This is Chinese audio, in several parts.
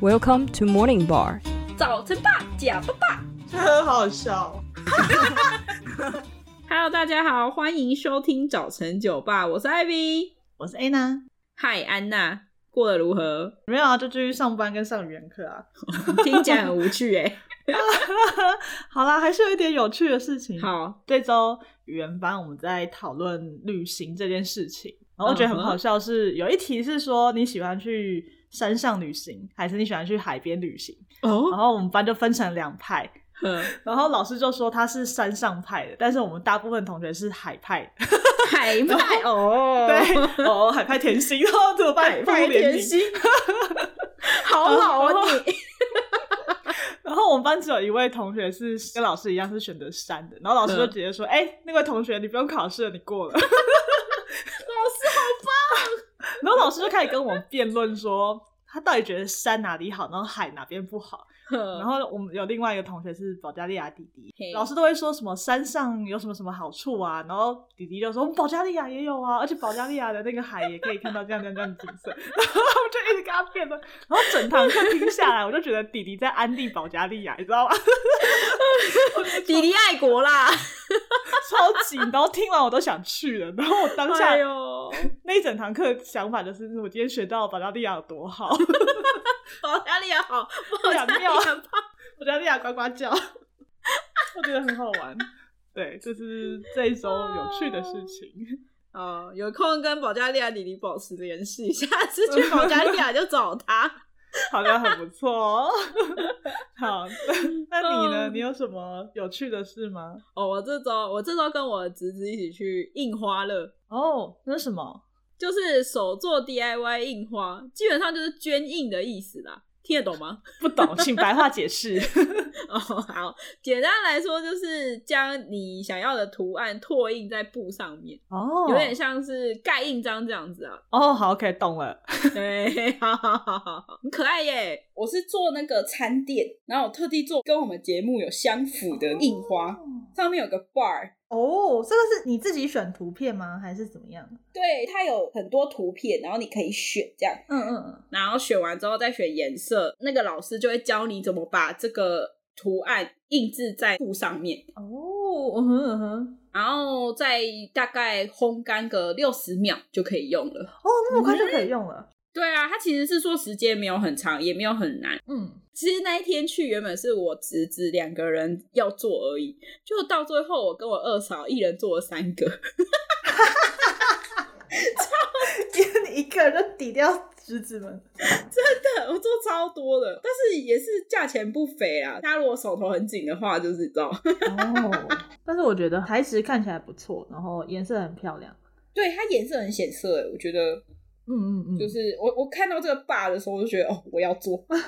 Welcome to Morning Bar。早晨吧，假爸爸。很好笑。 Hello，大家好，欢迎收听早晨酒吧，我是 Ivy。我是 Anna，嗨，安娜，过得如何？没有啊，就继续上班跟上语言课啊。 听起来很无趣 哎、好啦，还是有一点有趣的事情。，好，这周语言班我们在讨论旅行这件事嗯情，然后我觉得很好笑是，有一题是说你喜欢去山上旅行，还是你喜欢去海边旅行？然哦，后我们班就分成两派，呵然后老师就说他是山上派的，但是我们大部分同学是海派的。海派哦， 对，哦，海派甜心，然后怎么办？海派不联甜名心，好好然后哦你， 然后我们班只有一位同学是跟老师一样是选择山的，然后老师就嗯直接说：“哎、那位同学，你不用考试了，你过了。”老师好 棒！然后老师就开始跟我们辩论说，他到底觉得山哪里好，然后海哪边不好。呵然后我们有另外一个同学是保加利亚弟弟嗯嘿，老师都会说什么山上有什么什么好处啊，然后弟弟就说我们保加利亚也有啊，而且保加利亚的那个海也可以看到这样这样这样的景色， 然后我就一直跟他辩论，然后整堂课听下来，我就觉得弟弟在安利保加利亚，你知道吗？ 弟弟爱国啦，超级，然后听完我都想去了，然后我当下、哎呦，那一整堂课想法就是我今天学到保加利亚有多好， 保加利亚 好，保加两利秒亚好保加利亚呱呱叫，我觉得很好玩。对，这 是这一周有趣的事情。哦，有空跟保加利亚弟弟保持联系，下次 去保加利亚就找他。好像很不错哦。 好，那那你呢？嗯你有什么有趣的事吗？哦，我这周我这周跟我侄子一起去印花乐，哦，那是什么？就是手做 DIY 印花，基本上就是捐印的意思啦，听得懂吗？ 不懂，请白话解释。哦，好，简单来说就是将你想要的图案拓印在布上面， 哦，有点像是盖印章这样子 啊。哦，好，OK，懂了。对，好好好好好，很可爱耶！我是做那个餐垫，然后我特地做跟我们节目有相符的印花，上面有个 bar，哦，这个是你自己选图片吗？还是怎么样？对，它有很多图片，然后你可以选这样，嗯嗯嗯。然后选完之后再选颜色，那个老师就会教你怎么把这个图案印制在布上面，哦，嗯哼嗯哼。然后再大概烘干个六十秒就可以用了。哦，那么快就可以用了。对啊，它其实是说时间没有很长，也没有很难。嗯，其实那一天去原本是我侄子两个人要做而已，就到最后我跟我二嫂一人做了三个，因为 你一个人就抵掉侄子们。 对我做超多的，但是也是价钱不菲啦。他如果手头很紧的话，就是你知道，哦， 但是我觉得材质看起来不错，然后颜色很漂亮。对它颜色很显色欸，我觉得嗯嗯嗯就是我我看到这个坝的时候，我就觉得哦，我要做， 因为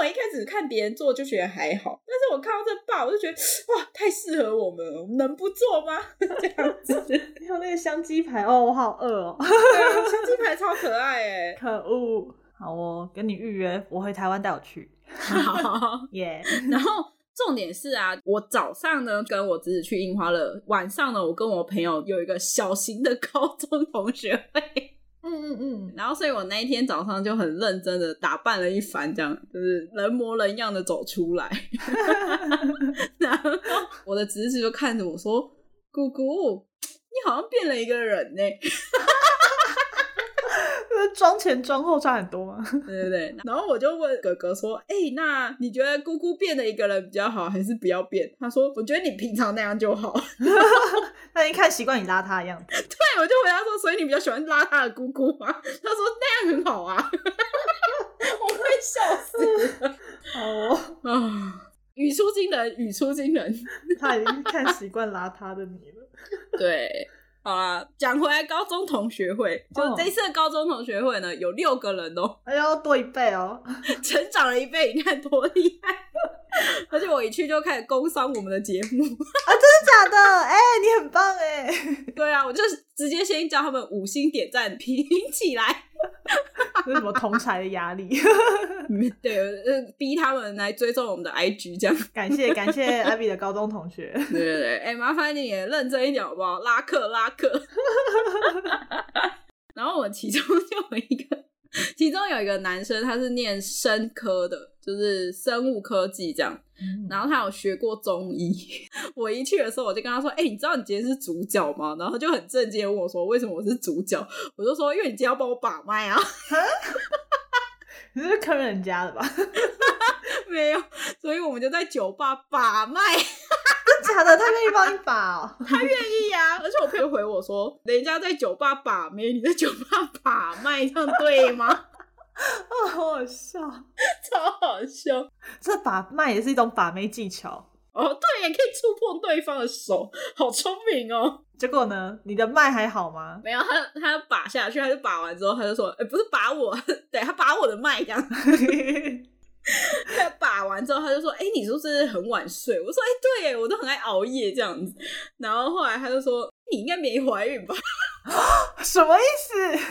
我一开始看别人做就觉得还好，但是我看到这坝，我就觉得哇，太适合我们了，我们能不做吗？ 这样子，还有那个香鸡排哦，我好饿哦， 对啊，香鸡排超可爱哎、可恶！好哦，跟你预约，我回台湾带我去，好。 耶、 然后重点是啊，我早上呢跟我侄子去樱花乐，晚上呢我跟我朋友有一个小型的高中同学会， 嗯嗯嗯，然后所以我那一天早上就很认真的打扮了一番，这样就是人模人样的走出 来。然后我的侄子就看着我说：“姑姑，你好像变了一个人呢、 那妆前妆后差很多 吗？对对对，然后我就问哥哥说：“哎、那你觉得姑姑变得一个人比较好，还是不要变？”他说：“我觉得你平常那样就好。”那一看习惯你邋遢的样子，对，我就回答说，所以你比较喜欢邋遢的姑姑吗？ 他说那样很好啊， 我快笑死哦，了啊！ 语出惊人，语出惊人。 他已经看习惯邋遢的你 了。对，好啦，讲回来，高中同学会，就哦这一次的高中同学会呢，有六个人哦， 哎呦，多一倍哦！成长了一倍，你看多厉害！ 而且我一去就开始工商我们的节目，真的假的？哎、你很棒 哎！对啊，我就直接先叫他们五星点赞评起来， 有什么同才的压力？ 对，呃，逼他们来追踪我们的 IG 这样。感谢感谢艾比的高中同学。对对对，哎、麻烦你也认真一点好不好？拉 客拉客。然后我其中就有一个，其中 其中有一个男生，他是念生科的，就是生物科技这样。嗯然后他有学过中医， 我一去的时候我就跟他说：“哎、你知道你今天是主角吗？”然后他就很震惊地问我说：“为什么我是主角？”我就说：“因为你今天要帮我把脉啊。你这是坑人家的吧？”没有，所以我们就在酒吧把脉。真假的？他愿意帮你把哦？他愿意呀、而且我朋友回我说：“人家在酒吧把妹，你在酒吧把脉，这样对吗 哦， 好好笑！？”超好笑。这把脉也是一种把妹技巧。哦，对，也可以触碰对方的手，好聪明哦！结果呢？你的脉还好吗？ 没有，他他把下去，他就把完之后，他就说：“哎、不是把我， 对他把我的脉这样。”他把完之后，他就说：“哎、你是不是很晚睡？”我说：“哎、对耶，我都很爱熬夜这样子。”然后后来他就说：“你应该没怀孕吧什么意思？？”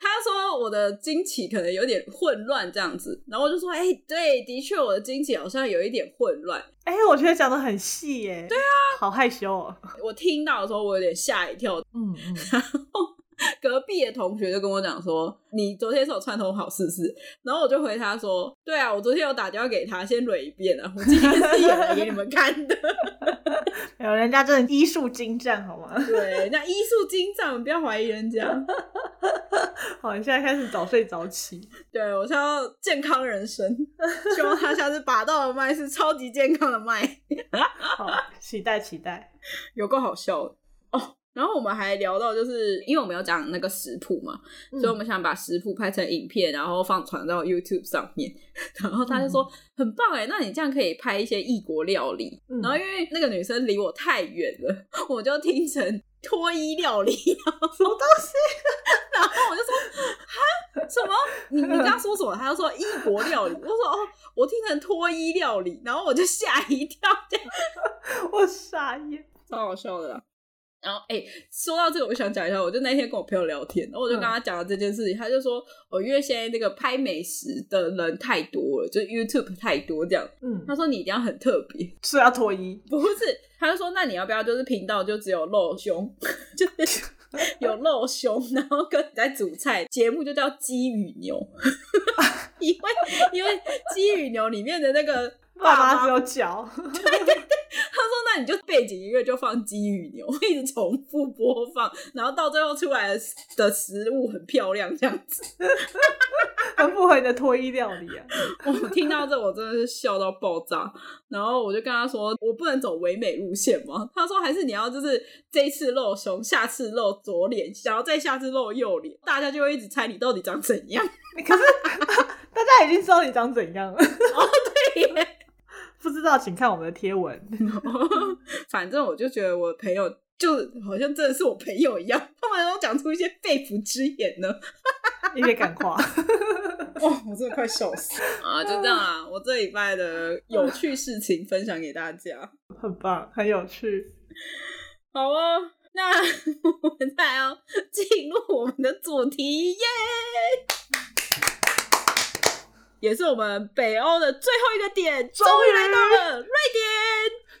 他说：“我的经期可能有点混乱这样子。”然后我就说：“哎、对，的确，我的经期好像有一点混乱。”哎、我觉得讲的很细耶。对啊，好害羞哦。我听到的时候，我有点吓一跳，嗯嗯，隔壁的同学就跟我讲说，你昨天是有串通好是不是？然后我就回他说，对啊，我昨天有打电话给他，先捋一遍啊，我今天是演来给你们看的。没哎有人家真的医术精湛，好吗？ 对，那医术精湛，不要怀疑人家。好，你现在开始早睡早起。对我想要健康人 生，希望他下次把到的麦是超级健康的麦，好，期待期待。有够好笑的哦。然后我们还聊到，就是因为我们有讲那个食谱嘛，嗯所以我们想把食谱拍成影片，然后放传到 YouTube 上面。 然后他就说、很棒哎，那你这样可以拍一些异国料理。嗯然后因为那个女生离我太远了，我就听成脱衣料理，什么东西？ 然后我就说哈什么？你你刚刚说什么？他就说异国料理，我说哦，我听成脱衣料理，然后我就吓一跳，这样我傻眼。超好笑的啦。然后，哎、说到这个，我想讲一下，我就那天跟我朋友聊天，然后我就跟他讲了这件事情，他就说，哦，因为现在那个拍美食的人太多了，就是 YouTube 太多这样，嗯，他说你一定要很特别， 是要脱衣。不是，他就说那你要不要就是频道就只有露胸， 就是有露胸，然后跟你在煮菜，节目就叫鸡与牛， 因为因为鸡与牛里面的那个爸爸妈只有脚。他说：“那你就背景音乐就放鸡与牛，一直重复播放，然后到最后出来的的食物很漂亮，这样子。很符合你的脱衣料理啊！”我听到这，我真的是笑到爆炸。然后我就跟他说：“我不能走唯美路线吗？”他说：“还是你要就是这一次露胸，下次露左脸，然后再下次露右脸，大家就会一直猜你到底长怎样。 可是大家已经知道你长怎样了，” 不知道请看我们的贴文。 反正我就觉得我朋友。就好像真的是我朋友一样，他们都讲出一些肺腑之言呢。一些感化。 哇，我真的快笑死 啊！就这样啊，我这礼拜的有趣事情分享给大家。很棒，很有趣。好哦，那 我们再要进入我们的主题耶，也是我们北欧的最后一个点，终于来到了瑞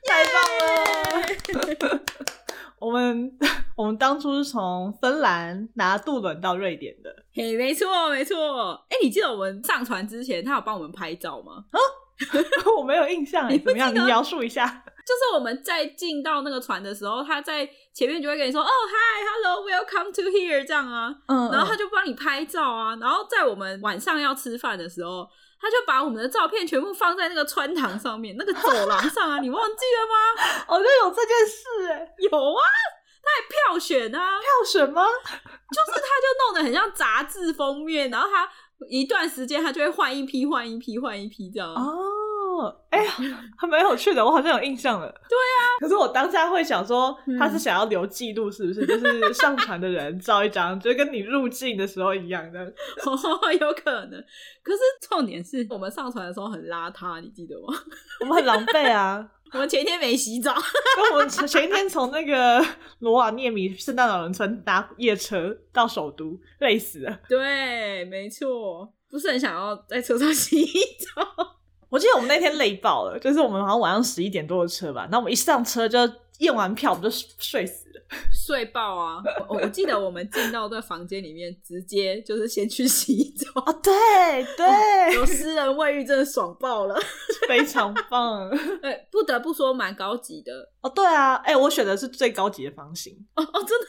典，太棒了！我们我们当初是从芬兰拿渡轮到瑞典的，嘿，没错没错。哎、你记得我们上船之前，他有帮我们拍照吗？我没有印象哎，你不怎么样？记你得描述一下。就是我们在进到那个船的时候，他在前面就会跟你说：“哦，Hi，Hello，Welcome to here。”这样啊，嗯然后他就帮你拍照啊。然后在我们晚上要吃饭的时候，他就把我们的照片全部放在那个穿堂上面、那个走廊上啊。你忘记了吗？哦，就有这件事哎，有啊，他还票选啊，跳什么？就是他就弄得很像杂志封面，然后他。一段时间，他就会换一批，换一批，换一批这样。哦，哎、呀，还蛮有趣的，我好像有印象了。对啊，可是我当下会想说，他是想要留记录，是不是？就是上船的人照一张，就跟你入境的时候一样的。哦， 有可能。可是重点是我们上船的时候很邋遢，你记得吗？ 我们很狼狈啊，我们前一天没洗澡， 跟我们前前一天从那个 罗瓦涅米圣诞老人村搭夜车到首都，累死了。对，没错，不是很想要在车上洗澡。我记得我们那天累爆了，就是我们好像晚上十一点多的车吧，那我们一上车就验完票，我们就睡死了。睡爆啊！我我记得我们进到这房间里面，直接就是先去洗澡，哦，对对，有私人卫浴，真的爽爆了。 非常棒。对，哎不得不说蛮高级的哦，对啊，哎、我选的是最高级的房型。哦哦，真的，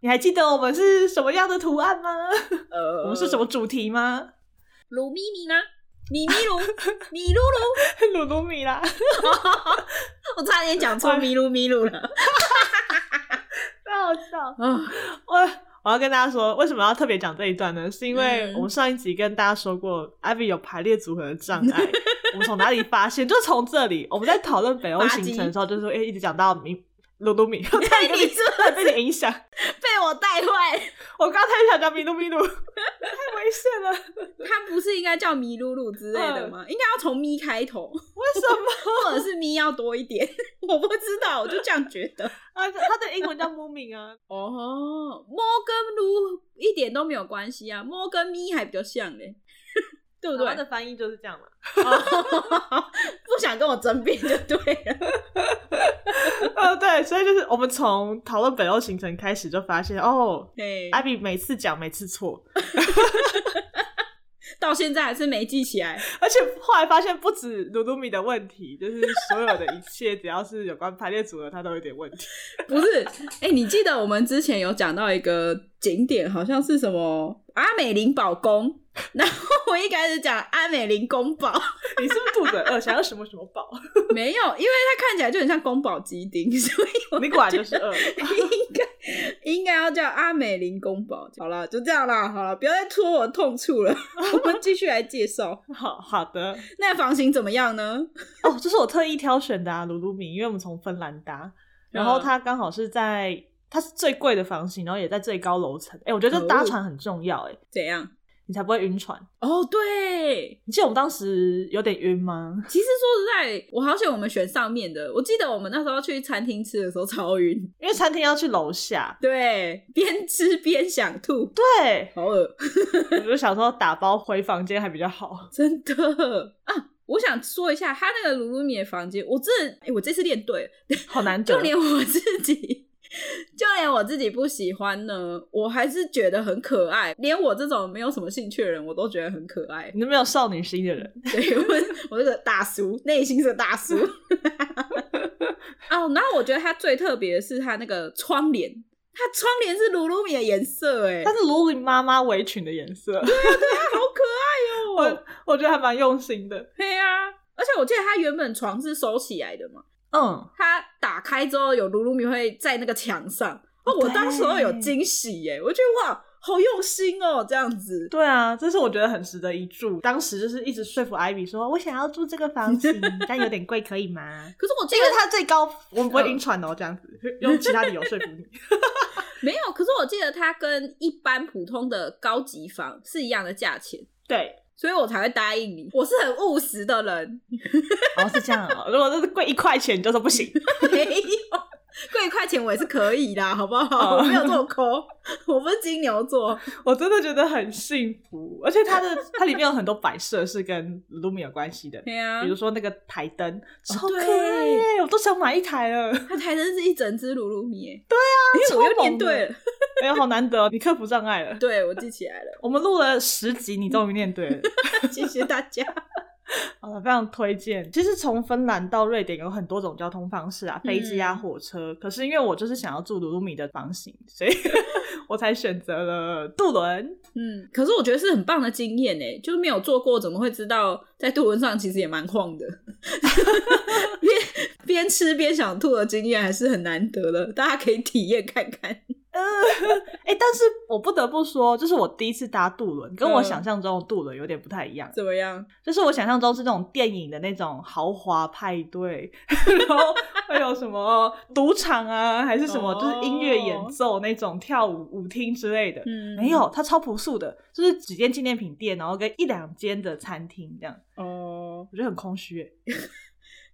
你还记得我们是什么样的图案吗？呃我们是什么主题吗？鲁咪咪呢？米咪鲁，米露露， 鲁鲁米 啦，我差点讲错咪噜咪噜了。太好笑。啊， 我 我要跟大家说，为什么要特别讲这一段呢？是因为嗯我们上一集跟大家说过，艾比有排列组合的障 碍。我们从哪里发现？就从这里。我们在讨论北欧巴基行程的时候，就是说，哎、一直讲到米鲁鲁 米，我差点你是不被你影响。是被我带坏？我刚才想讲米鲁米鲁，太危险了。它不是应该叫咪露露之类的吗？应该要从咪开头，为什 么？或者是咪要多一点， 我不知道，我就这样觉得。啊，它的英文叫 Moomin 啊。哦，摸跟撸一点都没有关系啊，摸跟咪还比较像嘞， 对不对它？的翻译就是这样嘛。哦啊不想跟我争辩就对 了。呃，对，所以就是我们从讨论北欧行程开始就发现，哦，对，艾比每次讲每次错，到现在还是没记起来。而且后来发现不止鲁鲁米的问题，就是所有的一切只要是有关排列组合，它都有点问题。不是，哎、你记得我们之前有讲到一个景点，好像是什么阿美林堡宫， 然后我一开始讲阿美林宫堡， 你是不是肚子很饿，想要什么什么饱？没有，因为它看起来就很像宫保鸡丁， 所以我你果然就是饿。应该要叫阿美林宫保。好了，就这样啦，好了，不要再戳我痛处了。 我们继续来介绍 好好的，那房型怎么样呢？哦，这是我特意挑选的啊，鲁鲁米，因为我们从芬兰搭，然后它刚好是在。它是最贵的房型，然后也在最高楼层。哎、我觉得这搭船很重要、哎，怎样？你才不会晕船。哦，对，你记得我们当时有点晕吗？其实说实在，我好想我们选上面的。我记得我们那时候去餐厅吃的时候超晕，因为餐厅要去楼下，对，边吃边想吐，，对好恶，我就想说打包回房间还比较好。真的啊！我想说一下，他那个鲁鲁米的房间，我这、诶我这次练对了，好难得哦就。连我自己，就连我自己不喜欢呢，我还是觉得很可爱。连我这种没有什么兴趣的人，我都觉得很可爱。你都没有少女心的人，对我，我是个大叔，内心是个大叔。哦，然后我觉得它最特别的是它那个窗帘，它窗帘是鲁鲁米的颜色，哎，但是卢琳妈妈围裙的颜色，好可爱哦、我我觉得还蛮用心的。对啊，而且我记得它原本床是收起来的嘛，嗯，它打开之后有鲁鲁米会在那个墙上，哦，我当时候有惊喜耶，我觉得哇，好用心哦，这样子。对啊，这是我觉得很值得一住。当时就是一直说服艾比说，我想要住这个房型，但有点贵，可以 吗？可是我记因得为它最高，我们不会晕船哦，这样子用其他理由说服你。没有，可是我记得它跟一般普通的高级房是一样的价钱， 对，所以我才会答应你。我是很务实的人， 哦是这样哦。如果这是贵一块钱，你就说不 行。没有贵一块钱我也是可以啦，好不好？哦我没有这么抠，我不是金牛座。我真的觉得很幸福，而且它的它里面有很多摆设是跟卢米有关系的，对啊比如，说那个台灯超可对爱耶，我都想买一台了。它台真是一整只鲁鲁米耶，对啊，因为我又超念猛的对了， 哎呦，好难得哦，你克服障碍了。对我记起来 了，我们录了十集，你终于面对了。谢谢大家。 好了，非常推荐。其实从芬兰到瑞典有很多种交通方式啊，飞机啊、嗯火车。可是因为我就是想要住卢鲁米的房型，所 以我才选择了渡轮。嗯，可是我觉得是很棒的经验呢，就是没有做过，怎么会知道在渡轮上其实也蛮晃的， 边边吃边想吐的经验还是很难得的，大家可以体验看看。哎、但是我不得不说，这是我第一次搭渡轮，跟我嗯想象中的渡轮有点不太一样。怎么样？就是我想象中是那种电影的那种豪华派对， 然后会有什么赌场啊，还是什么哦就是音乐演奏那种跳舞舞厅之类的。嗯没有，它超朴素的，就是几间纪念品店，然后跟一两间的餐厅这样，哦。我觉得很空虚欸。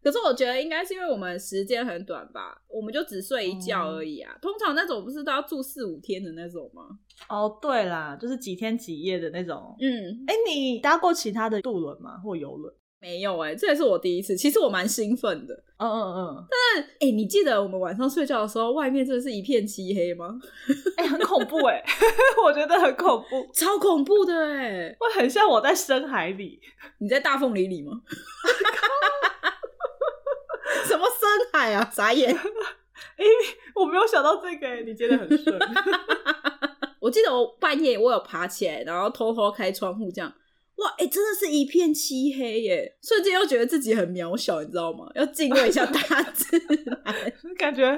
可是我觉得应该是因为我们时间很短吧，我们就只睡一觉而已啊。通常那种不是都要住四五天的那种吗？哦，对啦，就是几天几夜的那种。嗯，哎，你搭过其他的渡轮吗？或游轮？没有哎、这也是我第一次。其实我蛮兴奋的。嗯嗯但哎、你记得我们晚上睡觉的时候，外面真的是一片漆黑吗？嗯，哎、很恐怖哎、 我觉得很恐怖，超恐怖的哎、会很像我在深海里，你在大凤梨里吗？ 什么深海啊？傻眼！我没有想到这个哎、你接的很顺，我记得我半夜我有爬起来，然后偷偷开窗户这样。哇，哎、真的是一片漆黑耶！瞬间又觉得自己很渺小，你知道吗？要敬畏一下大自然。 感觉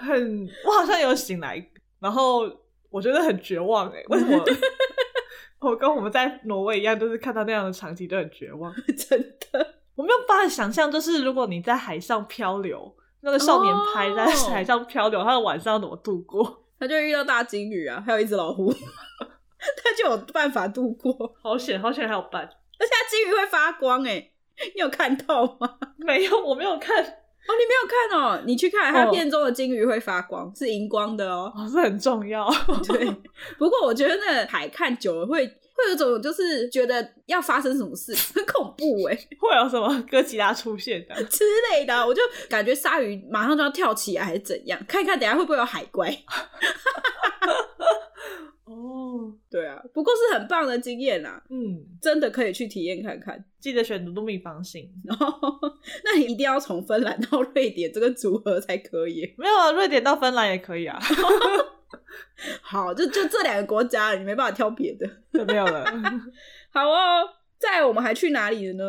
很， 我好像有醒来，然后我觉得很绝望哎、为什 么？我跟我们在挪威一样，就是看到那样的场景就很绝望。真的，我没有办法想象，就是如果你在海上漂流，那个少年拍在哦海上漂流，他的晚上要怎么度过？ 他就遇到大金鱼啊，还有一只老虎，他就有办法度过。好险，好险还有伴。而且它金鱼会发光哎，你有看到吗？没有，我没有看，哦，你没有看哦，你去看它哦片中的金鱼会发光，是荧光的哦。哦，这很重要。 对，不过我觉得那海看久了会会有种就是觉得要发生什么事， 很恐怖哎、会有什么哥吉拉出现的？之类的，啊我就感觉鲨鱼马上就要跳起来还是怎样，看看等一下会不会有海怪。哦，对啊，不过是很棒的经验啦，嗯，真的可以去体验看看。 记得选读读秘方信。然后，那你一定要从芬兰到瑞典这个组合才可以。没有啊，瑞典到芬兰也可以啊。 好，就就这两个国家，你没办法挑别的。对没有了，好哦，再来我们还去哪里了呢？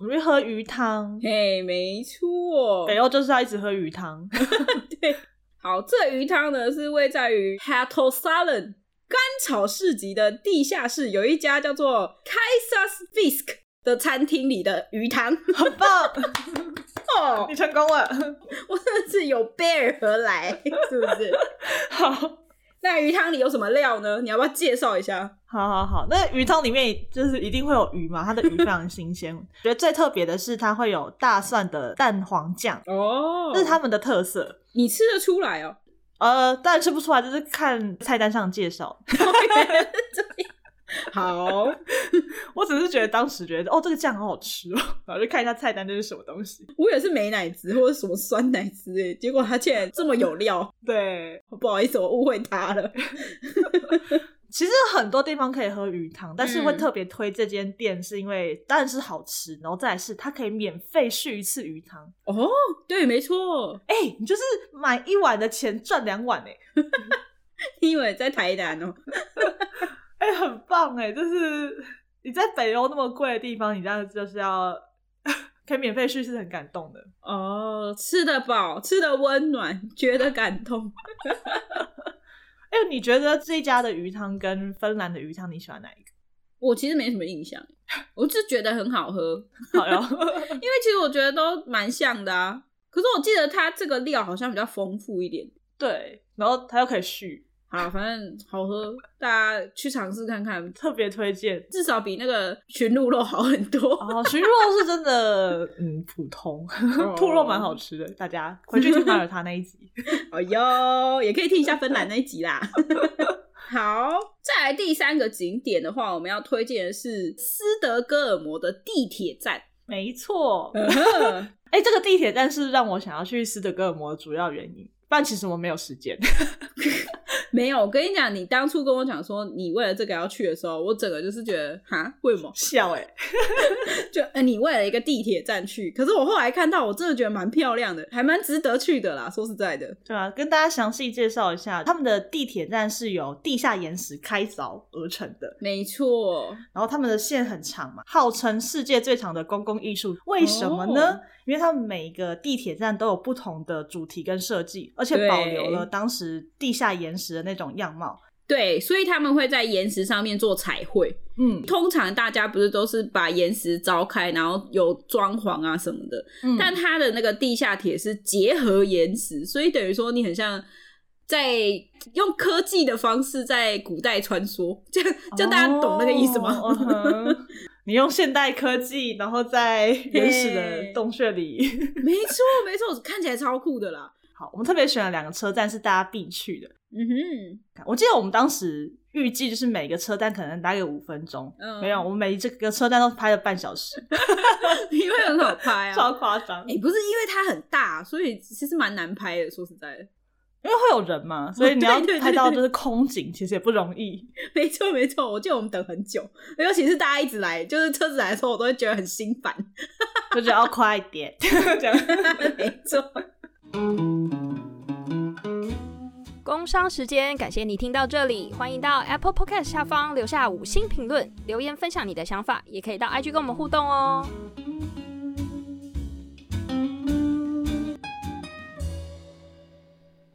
我们去喝鱼汤。嘿，没错，北欧就是要一直喝鱼汤， 好，这鱼汤呢是位在于 Hatto Salen 甘草市集的地下室，有一家叫做 Kaisers Fisk 的餐厅里的鱼汤。 很棒，哦，你成功了。我真的是有备而来，是不 是？好。那鱼汤里有什么料呢？你要不要介绍一下？好好好，那鱼汤里面就是一定会有鱼嘛，它的鱼非常新鲜。 觉得最特别的是它会有大蒜的蛋黄酱，哦这是他们的特色。你吃得出来哦。呃，当然吃不出来，就是看菜单上介绍。 好，我只是觉得当时觉得哦，这个酱好好吃哦，然后就看一下菜单这是什么东西。我也是美乃滋或者什么酸奶之类，结果它竟然这么有料，对，不好意思，我误会它了。其实很多地方可以喝鱼汤，但是会特别推这间店，是因为当然是好吃，然后再来是它可以免费续一次鱼汤。哦，对，没错，哎、你就是买一碗的钱赚两碗哎、因为在台南哦，哎、很棒哎、就是 你在北欧那么贵的地方，你这样就是要 可以免费去，是很感动的。哦，吃得饱，吃得温暖，觉得感动。哎、你觉得这家的鱼汤跟芬兰的鱼汤，你喜欢哪一我其实没什么印象，我就觉得很好喝，个？好哟， 因为其实我觉得都蛮像的啊。可是我记得它这个料好像比较丰富一点。对，然后它又可以续，好，反正好喝，大家去尝试看看，特别推荐。至少比那个寻鹿肉好很多。 哦，熏肉是真的，嗯，普通， 兔肉蛮好吃的，大家 回去听马耳他那一集。哦哟，也可以听一下芬兰那一集啦。 好，再来第三个景点的话，我们要推荐的是斯德哥尔摩的地铁站。没错， 嗯哼哎、这个地铁站是让我想要去斯德哥尔摩的主要原因，不然其实我没有时间。 没有，我跟你讲，你当初跟我讲说你为了这个要去的时候，我整个就是觉得哈，为什么？笑欸哎、就、呃、你为了一个地铁站去，可是我后来看到，我真的觉得蛮漂亮的，还蛮值得去的啦。说实在的，对啊，跟大家详细介绍一下，他们的地铁站是由地下岩石开凿而成的，没错，然后他们的线很长嘛，号称世界最长的公共艺术。为什么呢？哦因为他们每一个地铁站都有不同的主题跟设计，而且对保留了当时地下岩石的那种样貌。对，所以他们会在岩石上面做彩绘。嗯，通常大家不是都是把岩石凿开，然后有装潢啊什么的，嗯但它的那个地下铁是结合岩石，所以等于说你很像在用科技的方式在古代穿梭， 这样这样大家懂那个意思吗？哦嗯哼 你用现代科技，然后在原始的洞 穴里。 没错没错，看起来超酷的啦。好，我们特别选了两个车站是大家必去的。嗯哼，我记得我们当时预计就是每个车站可能大概有五分钟，嗯没有，我们每一这个车站都拍了半小时，因为很好拍啊。超夸 张。哎、不是因为它很大，所以其实蛮难拍的。说实在的，因为会有人嘛，所以你要对对对拍到就是空景，其实也不容易。没错没错，我记得我们等很久，尤其是大家一直来，就是车子来的时候，我都会觉得很心 烦。就觉得要哦快一 点，这样。没错，工商时间，感谢你听到这里，欢迎到 Apple Podcast 下方留下五星评论，留言分享你的想法，也可以到 IG 跟我们互动哦。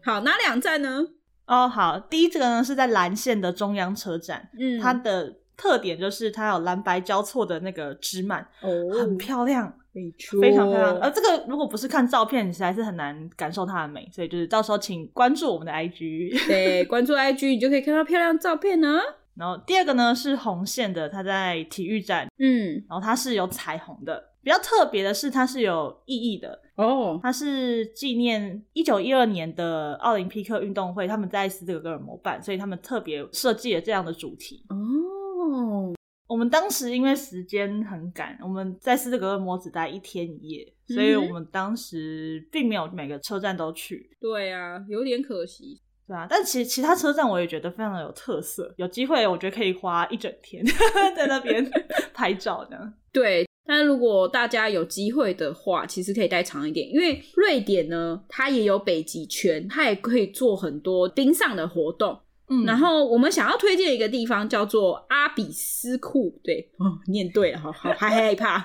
好，哪两站呢？ 哦，好，第一这个呢是在蓝线的中央车站，嗯，它的特点就是它有蓝白交错的那个纸满，哦，很漂亮，没错，非常漂亮。呃，这个如果不是看照片，你实在是很难感受它的美，所以就是到时候请关注我们的 IG。对，关注 IG 你就可以看到漂亮的照片呢。然后第二个呢是红线的，它在体育站，嗯，然后它是有彩虹的。比较特别的是，它是有意义的，哦，它是纪念一九一二年的奥林匹克运动会，他们在斯德哥尔摩办，所以他们特别设计了这样的主题。哦，我们当时因为时间很赶，我们在斯德哥尔摩只待一天一夜，所以嗯哼我们当时并没有每个车站都去，对啊，有点可惜。对啊。但其实其他车站我也觉得非常的有特色，有机会我觉得可以花一整天 在那边拍照这样。对，但如果大家有机会的话，其实可以待长一点，因为瑞典呢，它也有北极圈，它也可以做很多冰上的活动。嗯然后我们想要推荐一个地方叫做阿比斯库，对，哦，念对了，好好还害怕。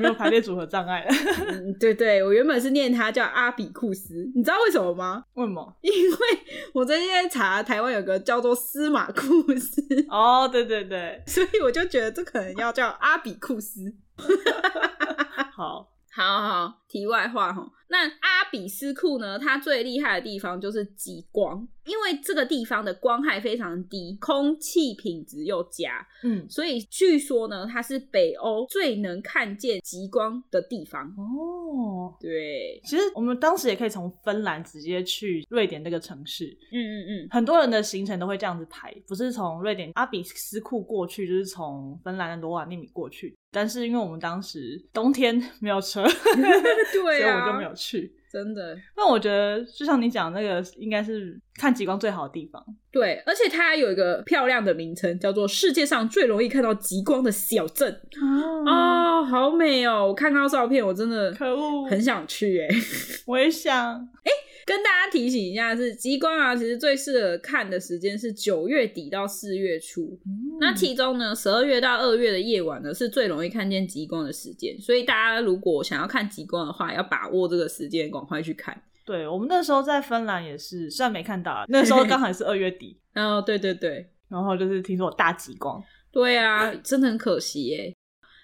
没有排列组合障碍了，嗯，对对，我原本是念它叫阿比库斯，你知道为什么吗？为什么？因为我最近在查台湾有个叫做司马库斯，哦，对对对，所以我就觉得这可能要叫阿比库斯。啊好，好好，题外话哈，那阿比斯库呢？它最厉害的地方就是极光，因为这个地方的光害非常低，空气品质又佳，嗯，所以据说呢，它是北欧最能看见极光的地方。哦，对，其实我们当时也可以从芬兰直接去瑞典这个城市，嗯嗯很多人的行程都会这样子排，不是从瑞典阿比斯库过去，就是从芬兰的罗瓦涅米过去。但是因为我们当时冬天没有车，嗯，所以对我们啊，就没有去。真的那我觉得就像你讲，那个应该是看极光最好的地方。对，而且它有一个漂亮的名称，叫做世界上最容易看到极光的小镇。啊，哦，好美哦！我看到照片，我真的可恶，很想去哎、我也想。 跟大家提醒一下是，极光啊，其实最适合看的时间是九月底到四月初。嗯那其中呢，十二月到二月的夜晚呢，是最容易看见极光的时间。所以大家如果想要看极光的话，要把握这个时间，赶快去看。对我们那时候在芬兰也是，虽然没看到啊，那时候刚好也是二月底，哦，对对对，然后就是听说有大极光。对啊，真的很可惜耶。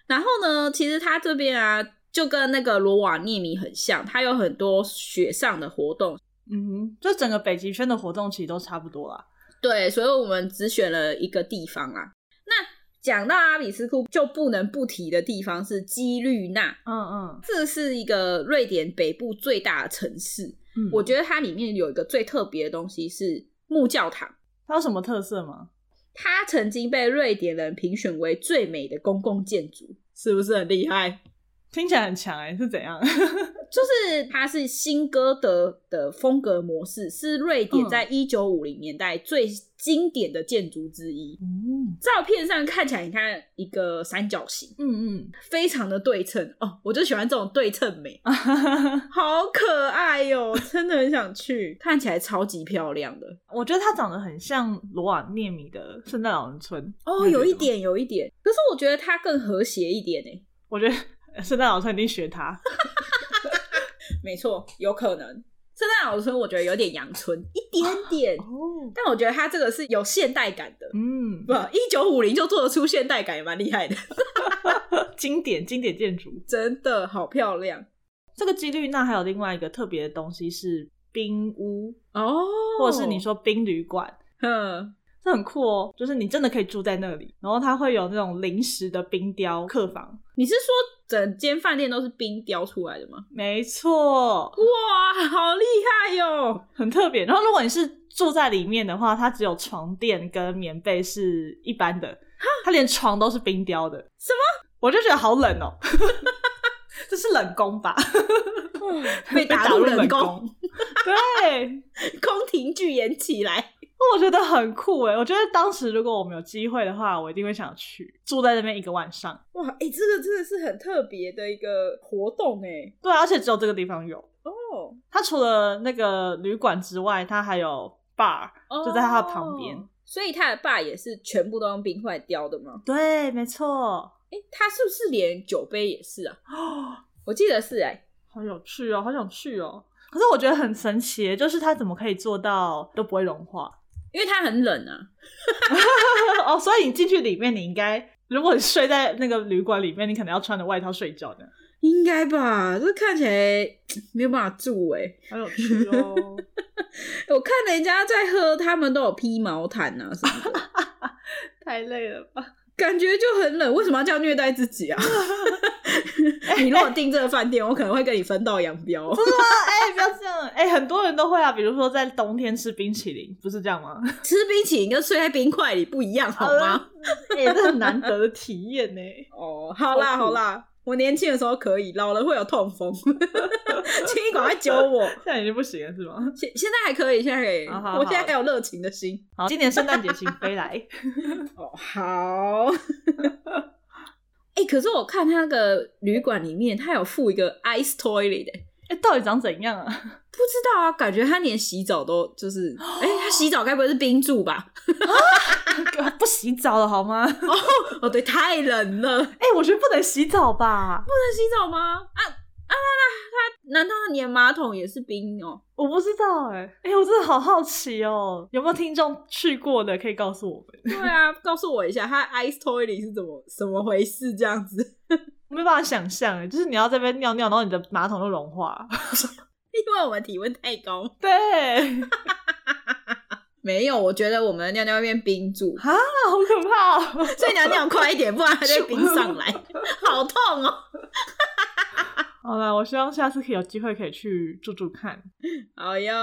然后呢，其实它这边啊，就跟那个罗瓦涅米很像，它有很多雪上的活动。 嗯哼，就整个北极圈的活动其实都差不多啦。对，所以我们只选了一个地方啦。那讲到阿比斯库，就不能不提的地方是基律纳，嗯嗯这是一个瑞典北部最大的城市。嗯我觉得它里面有一个最特别的东西是木教堂，它有什么特色吗？它曾经被瑞典人评选为最美的公共建筑，是不是很厉害？听起来很强哎、是怎样？ 就是它是新歌德的风格模式，是瑞典嗯在一九五零年代最经典的建筑之一。嗯照片上看起来，你看一个三角形，嗯非常的对称哦，我就喜欢这种对称美，嗯，好可爱哟、真的很想去，看起来超级漂亮的我觉得它长得很像罗瓦涅米的圣诞老人村哦，你觉有得一吗，点，有一点，可是我觉得它更和谐一点欸呢。我觉得 圣诞老人村一定学它。没错，有可能圣诞老村我觉得有点阳春一点 点，哦，但我觉得它这个是有现代感的。嗯不，，一九五零就做得出现代感，也蛮厉害 的， 经典经典建筑。真的好漂亮这个几率那还有另外一个特别的东西是冰屋，哦。或者是你，说冰旅馆。嗯，这很酷哦，就是你真的可以住在那里，然后它会有那种临时的冰雕客房，你是说整间饭店都是冰雕出来的吗？没错，哇，好厉害哟、很特别。然后如果你是住在里面的话，它只有床垫跟棉被是一般的，它连床都是冰雕的。什么？我就觉得好冷哦、 这是冷宫吧？ 被打入冷宫，宫。 对，宫廷剧演起来。我觉得很酷哎！我觉得当时如果我们有机会的话，我一定会想去住在那边一个晚上。哇，哎、这个真的是很特别的一个活动哎、对啊，而且只有这个地方有。哦，它除了那个旅馆之外，它还有 bar，就在它的旁边。哦所以他的爸也是全部都用冰块雕的吗？对，没错。哎、他是不是连酒杯也是啊？哦，我记得是哎、好有趣哦，好想去哦。可是我觉得很神奇，欸就是它怎么可以做到都不会融化？ 因为它很冷啊。哦，所以你进去里面，你应该如果你睡在那个旅馆里面，你可能要穿着外套睡觉的。应该吧，这看起来没有办法住哎、好有趣哦！我看人家在喝，他们都有披毛毯啊什么的， 太累了吧？感觉就很冷。为什么要这样虐待自己啊？ 你如果订这个饭店，我可能会跟你分道扬镳。哎、不要这样！哎、很多人都会啊，比如说在冬天吃冰淇淋，不是这样吗？吃冰淇淋跟睡在冰块里不一样，好吗？？哎、这很难得的体验呢、 哦，好啦好啦，我年轻的时候可以，老了会有痛风， 请你赶快揪我。现在已经不行了是吗？现现在还可以，现在可以，好好好我现在还有热情的心。好，今年圣诞节请飞来。哦，好。 哎、可是我看他那个旅馆里面，他有附一个 ice toilet，、欸、哎、到底长怎样啊？不知道啊，感觉他连洗澡都就是，哎、他洗澡该不会是冰柱吧？ 不洗澡了好吗？哎、哦，对，太冷了， 不能我觉得不能洗澡吧？洗澡吗？啊啊，那那他难道他连马桶也是冰哦？ 我不知道哎、哎、我真的好好奇哦，有没有听众去过的可以告诉我们？对啊，告诉我一下，他 ice toilet 是怎么怎么回事？这样子， 我没办法想象哎，就是你要这边尿尿，然后你的马桶就融化。因为我们体温太高。 对，没有，我觉得我们的尿尿会变冰柱， 啊，好可怕、哦！所以你要尿快一点，不然它就会冰上来， 好痛哦。好了，我希望下次可以有机会可以去住住看。好哟，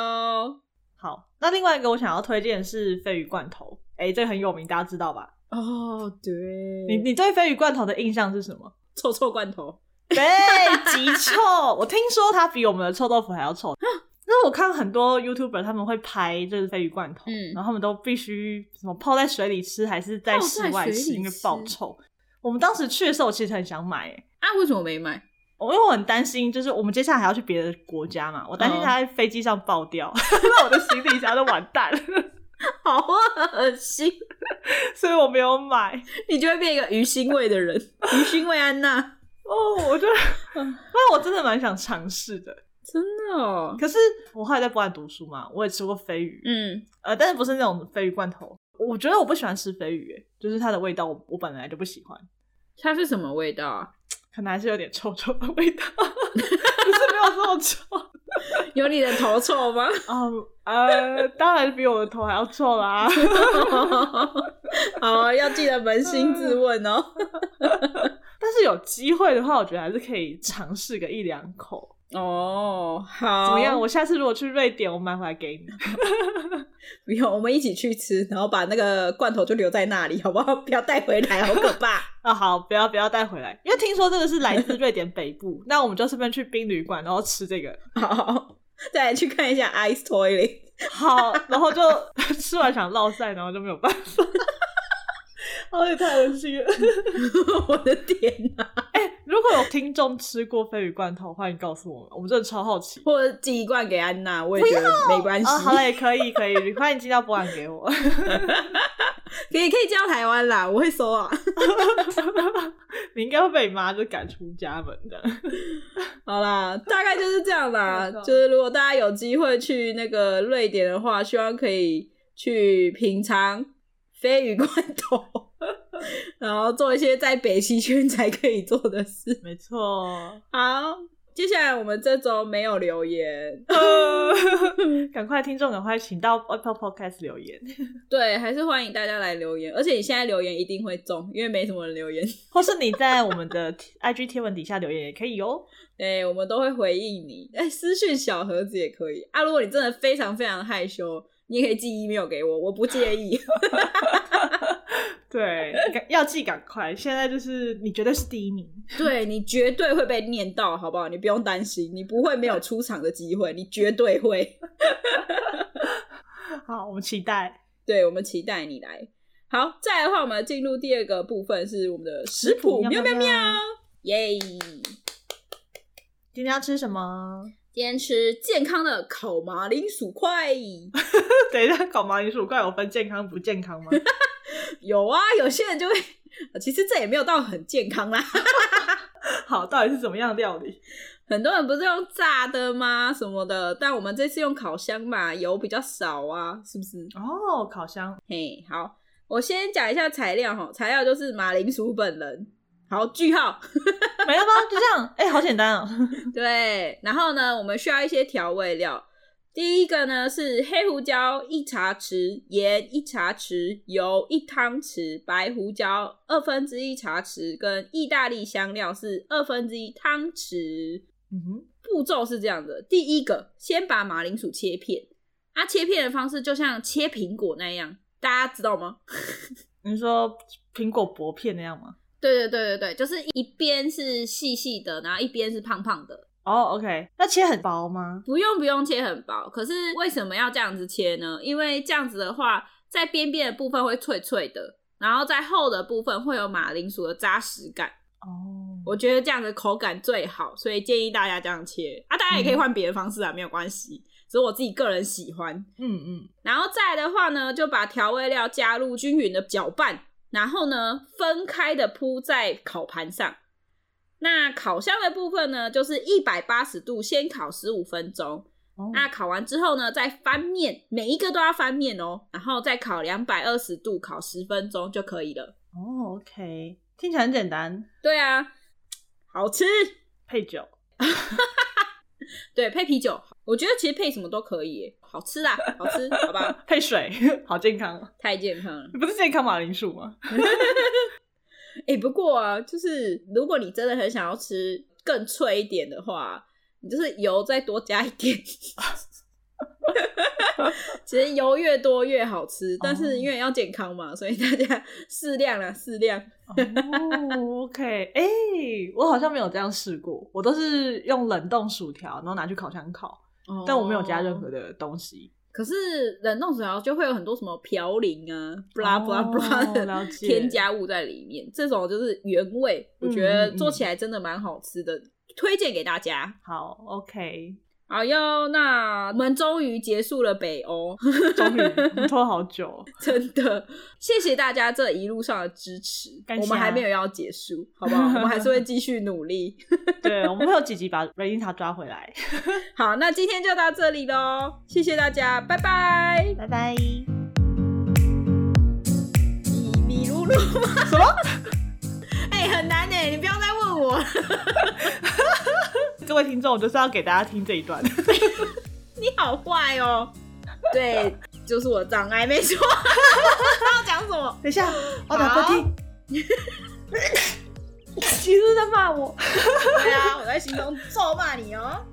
好，那另外一个我想要推荐的是鲱鱼罐头，哎、这个很有名，大家知道吧？哦，对，你你对鲱鱼罐头的印象是什么？臭臭罐头， 对，极臭。我听说它比我们的臭豆腐还要 臭。那我看很多 YouTuber 他们会拍这个鲱鱼罐头，嗯然后他们都必须什么泡在水里吃，还是在泡在室外水吃，里因为爆吃臭。我们当时去的时候，我其实很想买、哎啊，为什么没买？我因为我很担心，就是我们接下来还要去别的国家嘛，我担心嗯它在飞机上爆掉，那我的行李箱就完蛋了， 好恶心，所以我没有买。你就会变一个鱼腥味的人，鱼腥味安娜，哦，我就，嗯那我真的蛮想尝试的。真的哦，可是我后来在波兰读书嘛，我也吃过鲱鱼，嗯，呃，但是不是那种鲱鱼罐头。我觉得我不喜欢吃鲱鱼、欸，就是它的味道我我本来就不喜欢，它是什么味道啊？可能还是有点臭臭的味道， 可是没有这么臭。有你的头臭 吗？哦， 呃，当然比我的头还要臭啦。 好啊，要记得扪心自问哦。但是有机会的话，我觉得还是可以尝试个一两口。哦，好，怎么样？我下次如果去瑞典，我买回来给你。不用，我们一起去吃，然后把那个罐头就留在那里，好不好？不要带回来，好可怕。 啊，好，不要不要带回来，因为听说这个是来自瑞典北 部，那我们就顺便去冰旅馆，然后吃这个，好，再来去看一下 Ice Toilet。好，然后就 吃完想落晒，然后就没有办 法。哦，也太恶心了！ 我的天哪、哎、 如果有听众吃过鲱鱼罐头，欢迎告诉我们，我们真的超好奇。或者寄一罐给安娜，我也觉得没关系。啊、好嘞，可以可以，欢迎寄到波兰给我。 可以可以寄到台湾啦，我会收啊。 你应该会被你妈就赶出家门的。好啦，大概就是这样啦没。错就是如果大家有机会去那个瑞典的话，希望可以去品尝鲱鱼罐头， 然后做一些在北极圈才可以做的事。 没错，好，接下来我们这周没有留言， 呃赶快听众，赶快请到 Apple Podcast 留言，对，还是欢迎大家来留言，而且你现在留言一定会中，因为没什么人留言， 或是你在我们的 IG 贴文底下留言也可以哦。对，哎我们都会回应你。哎，私讯小盒子也可以啊。如果你真的非常非常害羞，你也可以寄 email 给我，我不介意。 对，赶要记赶快，现在就是你绝对是第一名，对你绝对会被念到，好不好？你不用担心，你不会没有出场的机会，你绝对会。 好，我们期待。对，我们期待你来。好，再来的话，我们进入第二个部分是我们的食谱，食谱喵喵喵喵喵，耶！今天要吃什么？今天吃健康的烤马铃薯块， 等一下，搞马铃薯怪有分健康不健康 吗？有啊，有些人就会，呃其实这也没有到很健康啦。好，到底是怎么样的料理？很多人不是用炸的吗？什么的，但我们这次用烤箱嘛，油比较少啊，是不是？哦，烤箱，嘿，好，我先讲一下材料哈，材料就是马铃薯本人，好，句号。 没了吗？就这样，哎、好简单哦。对，然后呢，我们需要一些调味料。第一个呢是黑胡椒一茶匙，盐一茶匙，油一汤匙，白胡椒二分之一茶匙，跟意大利香料是二分之一汤匙。 嗯哼，步骤是这样的：第一个，先把马铃薯切片。它、切片的方式就像切苹果那样，大家知道吗？你说苹果薄片那样吗？对对对对对，就是一边是细细的，然后一边是胖胖的。哦、o k 那切很薄吗？不用不用切很薄，可是为什么要这样子切呢？因为这样子的话，在边边的部分会脆脆的，然后在厚的部分会有马铃薯的扎实感。哦、我觉得这样的口感最好，所以建议大家这样切啊。大家也可以换别的方式啊，没有关系，只是我自己个人喜欢。嗯嗯，然后再来的话呢，就把调味料加入，均匀的搅拌，然后呢分开的铺在烤盘上。那烤箱的部分呢，就是一百八十度先烤十五分钟。哦那烤完之后呢，再翻面，每一个都要翻面哦，然后再烤两百二十度，烤十分钟就可以了。哦，OK，听起来很简单。对啊，好吃。配酒，对，配啤酒，我觉得其实配什么都可以耶，好吃啦，好吃，好吧？配水， 好健康哦。太健康了。不是健康马铃薯吗？哎、不过啊，就是如果你真的很想要吃更脆一点的话，你就是油再多加一点。 其实油越多越好吃，但是因为要健康嘛，所以大家 适量啦，适量。哦、o k 哎、我好像没有这样试过，我都是用冷冻薯条，然后拿去烤箱烤，但我没有加任何哦。的东西。可是冷冻薯条就会有很多什么嘌呤啊、布拉布拉布拉哦的了解添加物在里面，这种就是原味，我觉得嗯嗯嗯做起来真的蛮好吃的，推荐给大家。好，OK，好哟，那我们终于结束了北欧， 终于拖好久，真的，谢谢大家这一路上的支持。感谢啊我们还没有要结束，好 不好？我们还是会继续努力。对我们会有几集把 r e i n a 抓回来，好，那今天就到这里喽，谢谢大家，拜拜。拜拜。米米露露，什么？ 哎、很难哎、你不要再问我了，各位听众，我就是要给大家听这一段。 你好坏哦。对，就是我障碍，没 错。他要讲什么？等一下，我打喷嚏。其实在骂我。对啊，我在心中咒骂你哦。